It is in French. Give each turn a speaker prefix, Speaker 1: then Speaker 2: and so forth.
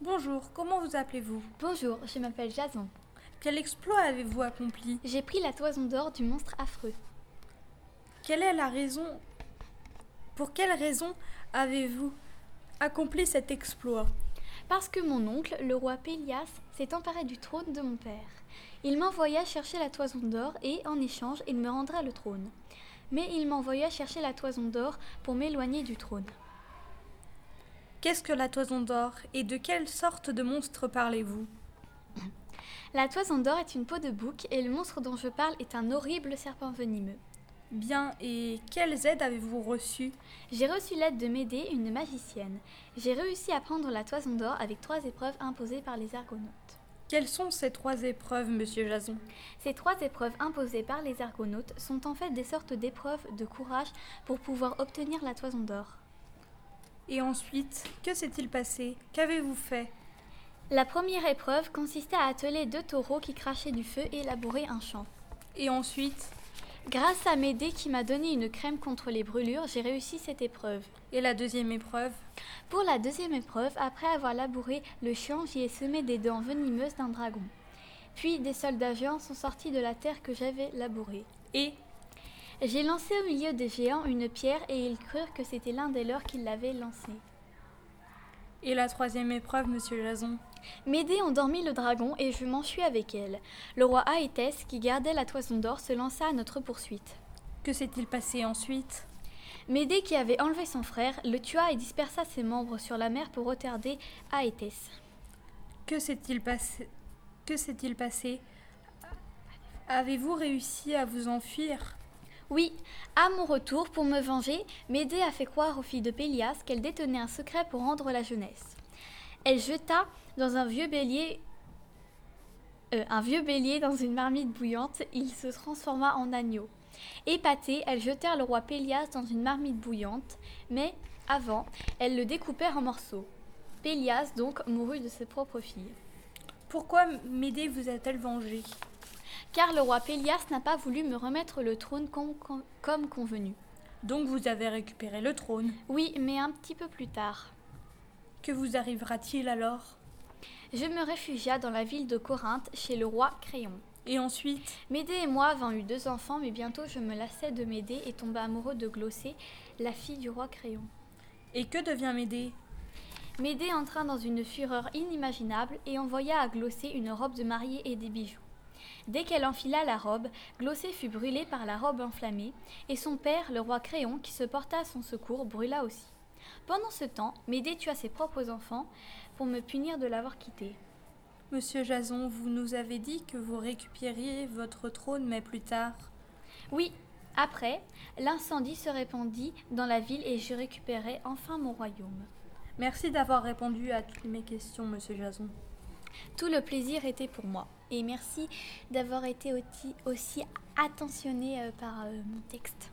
Speaker 1: Bonjour, comment vous appelez-vous
Speaker 2: Bonjour, je m'appelle Jason.
Speaker 1: Quel exploit avez-vous accompli
Speaker 2: J'ai pris la toison d'or du monstre affreux.
Speaker 1: Quelle est la raison Pour quelle raison avez-vous accompli cet exploit
Speaker 2: Parce que mon oncle, le roi Pélias, s'est emparé du trône de mon père. Il m'envoya chercher la toison d'or et, en échange, il me rendra le trône. Mais il m'envoya chercher la toison d'or pour m'éloigner du trône.
Speaker 1: Qu'est-ce que la toison d'or et de quelle sorte de monstre parlez-vous
Speaker 2: La toison d'or est une peau de bouc et le monstre dont je parle est un horrible serpent venimeux.
Speaker 1: Bien, et quelles aides avez-vous reçues
Speaker 2: J'ai reçu l'aide de Médée, une magicienne. J'ai réussi à prendre la toison d'or avec trois épreuves imposées par les Argonautes.
Speaker 1: Quelles sont ces trois épreuves, monsieur Jason
Speaker 2: Ces trois épreuves imposées par les Argonautes sont en fait des sortes d'épreuves de courage pour pouvoir obtenir la toison d'or.
Speaker 1: Et ensuite, que s'est-il passé Qu'avez-vous fait
Speaker 2: La première épreuve consistait à atteler deux taureaux qui crachaient du feu et labourer un champ.
Speaker 1: Et ensuite
Speaker 2: Grâce à Médée qui m'a donné une crème contre les brûlures, j'ai réussi cette épreuve.
Speaker 1: Et la deuxième épreuve
Speaker 2: Pour la deuxième épreuve, après avoir labouré le champ, j'y ai semé des dents venimeuses d'un dragon. Puis des soldats géants sont sortis de la terre que j'avais labourée.
Speaker 1: Et
Speaker 2: J'ai lancé au milieu des géants une pierre et ils crurent que c'était l'un des leurs qui l'avait lancée.
Speaker 1: Et la troisième épreuve, monsieur Jason
Speaker 2: Médée endormit le dragon et je m'enfuis avec elle. Le roi Aétès, qui gardait la toison d'or, se lança à notre poursuite.
Speaker 1: Que s'est-il passé ensuite
Speaker 2: Médée, qui avait enlevé son frère, le tua et dispersa ses membres sur la mer pour retarder Aétès.
Speaker 1: Que s'est-il passé Que s'est-il passé Avez-vous réussi à vous enfuir
Speaker 2: Oui, à mon retour, pour me venger, Médée a fait croire aux filles de Pélias qu'elle détenait un secret pour rendre la jeunesse. Elle jeta dans un vieux bélier euh, un vieux bélier dans une marmite bouillante, il se transforma en agneau. Épatée, elles jetèrent le roi Pélias dans une marmite bouillante, mais avant, elles le découpèrent en morceaux. Pélias donc mourut de ses propres filles.
Speaker 1: Pourquoi Médée vous a-t-elle vengé
Speaker 2: car le roi Pélias n'a pas voulu me remettre le trône com- com- comme convenu.
Speaker 1: Donc vous avez récupéré le trône.
Speaker 2: Oui, mais un petit peu plus tard.
Speaker 1: Que vous arrivera-t-il alors
Speaker 2: Je me réfugia dans la ville de Corinthe chez le roi Créon.
Speaker 1: Et ensuite
Speaker 2: Médée et moi avons eu deux enfants, mais bientôt je me lassai de Médée et tomba amoureux de Glossée, la fille du roi Créon.
Speaker 1: Et que devient Médée
Speaker 2: Médée entra dans une fureur inimaginable et envoya à Glossée une robe de mariée et des bijoux. Dès qu'elle enfila la robe, Glossée fut brûlée par la robe enflammée, et son père, le roi Créon, qui se porta à son secours, brûla aussi. Pendant ce temps, Médée tua ses propres enfants pour me punir de l'avoir quitté.
Speaker 1: Monsieur Jason, vous nous avez dit que vous récupériez votre trône, mais plus tard.
Speaker 2: Oui, après, l'incendie se répandit dans la ville et je récupérai enfin mon royaume.
Speaker 1: Merci d'avoir répondu à toutes mes questions, monsieur Jason.
Speaker 2: Tout le plaisir était pour moi. Et merci d'avoir été aussi, aussi attentionné euh, par euh, mon texte.